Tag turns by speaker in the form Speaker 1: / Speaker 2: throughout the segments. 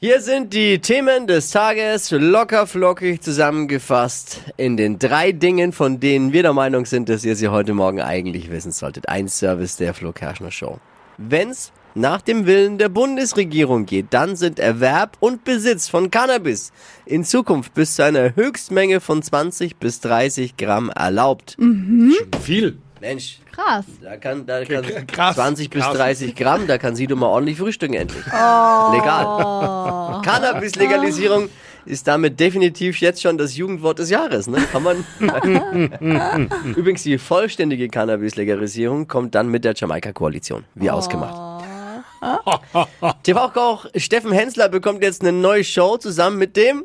Speaker 1: Hier sind die Themen des Tages locker flockig zusammengefasst in den drei Dingen, von denen wir der Meinung sind, dass ihr sie heute Morgen eigentlich wissen solltet. Ein Service der Flo Kerschner Show. Wenn's nach dem Willen der Bundesregierung geht, dann sind Erwerb und Besitz von Cannabis in Zukunft bis zu einer Höchstmenge von 20 bis 30 Gramm erlaubt.
Speaker 2: Viel.
Speaker 1: Mensch,
Speaker 3: Krass.
Speaker 1: da kann, da kann
Speaker 2: krass,
Speaker 1: 20 bis
Speaker 2: krass.
Speaker 1: 30 Gramm, da kann sie doch mal ordentlich frühstücken endlich. Legal. Cannabis-Legalisierung ist damit definitiv jetzt schon das Jugendwort des Jahres. Ne? Kann man. Übrigens, die vollständige Cannabis-Legalisierung kommt dann mit der Jamaika-Koalition, wie ausgemacht. TV-Koch Steffen Hensler bekommt jetzt eine neue Show zusammen mit dem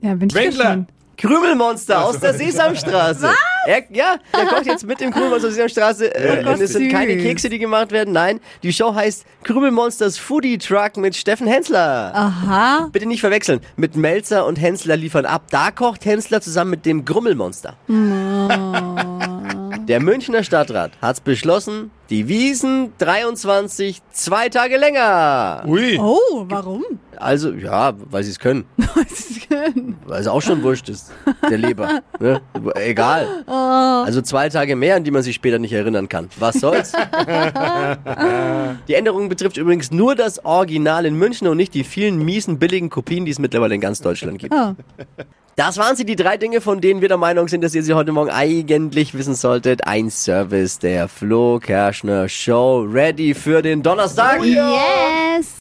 Speaker 3: Ja, bin ich
Speaker 2: Wendler.
Speaker 3: gespannt.
Speaker 1: Krümelmonster aus der Sesamstraße. Was? Er, ja, der kocht jetzt mit dem Krümelmonster aus der Sesamstraße. Äh, und es sind
Speaker 3: süß.
Speaker 1: keine Kekse, die gemacht werden. Nein, die Show heißt Krümelmonsters Foodie Truck mit Steffen Hensler.
Speaker 3: Aha.
Speaker 1: Bitte nicht verwechseln. Mit Melzer und Hensler liefern ab. Da kocht Hensler zusammen mit dem Grummelmonster. Der Münchner Stadtrat hat's beschlossen, die Wiesen 23 zwei Tage länger.
Speaker 2: Ui.
Speaker 3: Oh, warum?
Speaker 1: Also, ja, weil sie es können. Weil es auch schon wurscht ist, der Leber. Ne? Egal. Also zwei Tage mehr, an die man sich später nicht erinnern kann. Was soll's? Die Änderung betrifft übrigens nur das Original in München und nicht die vielen miesen, billigen Kopien, die es mittlerweile in ganz Deutschland gibt.
Speaker 3: Ah.
Speaker 1: Das waren sie, die drei Dinge, von denen wir der Meinung sind, dass ihr sie heute Morgen eigentlich wissen solltet. Ein Service der Flo Kerschner Show. Ready für den Donnerstag?
Speaker 3: Yeah.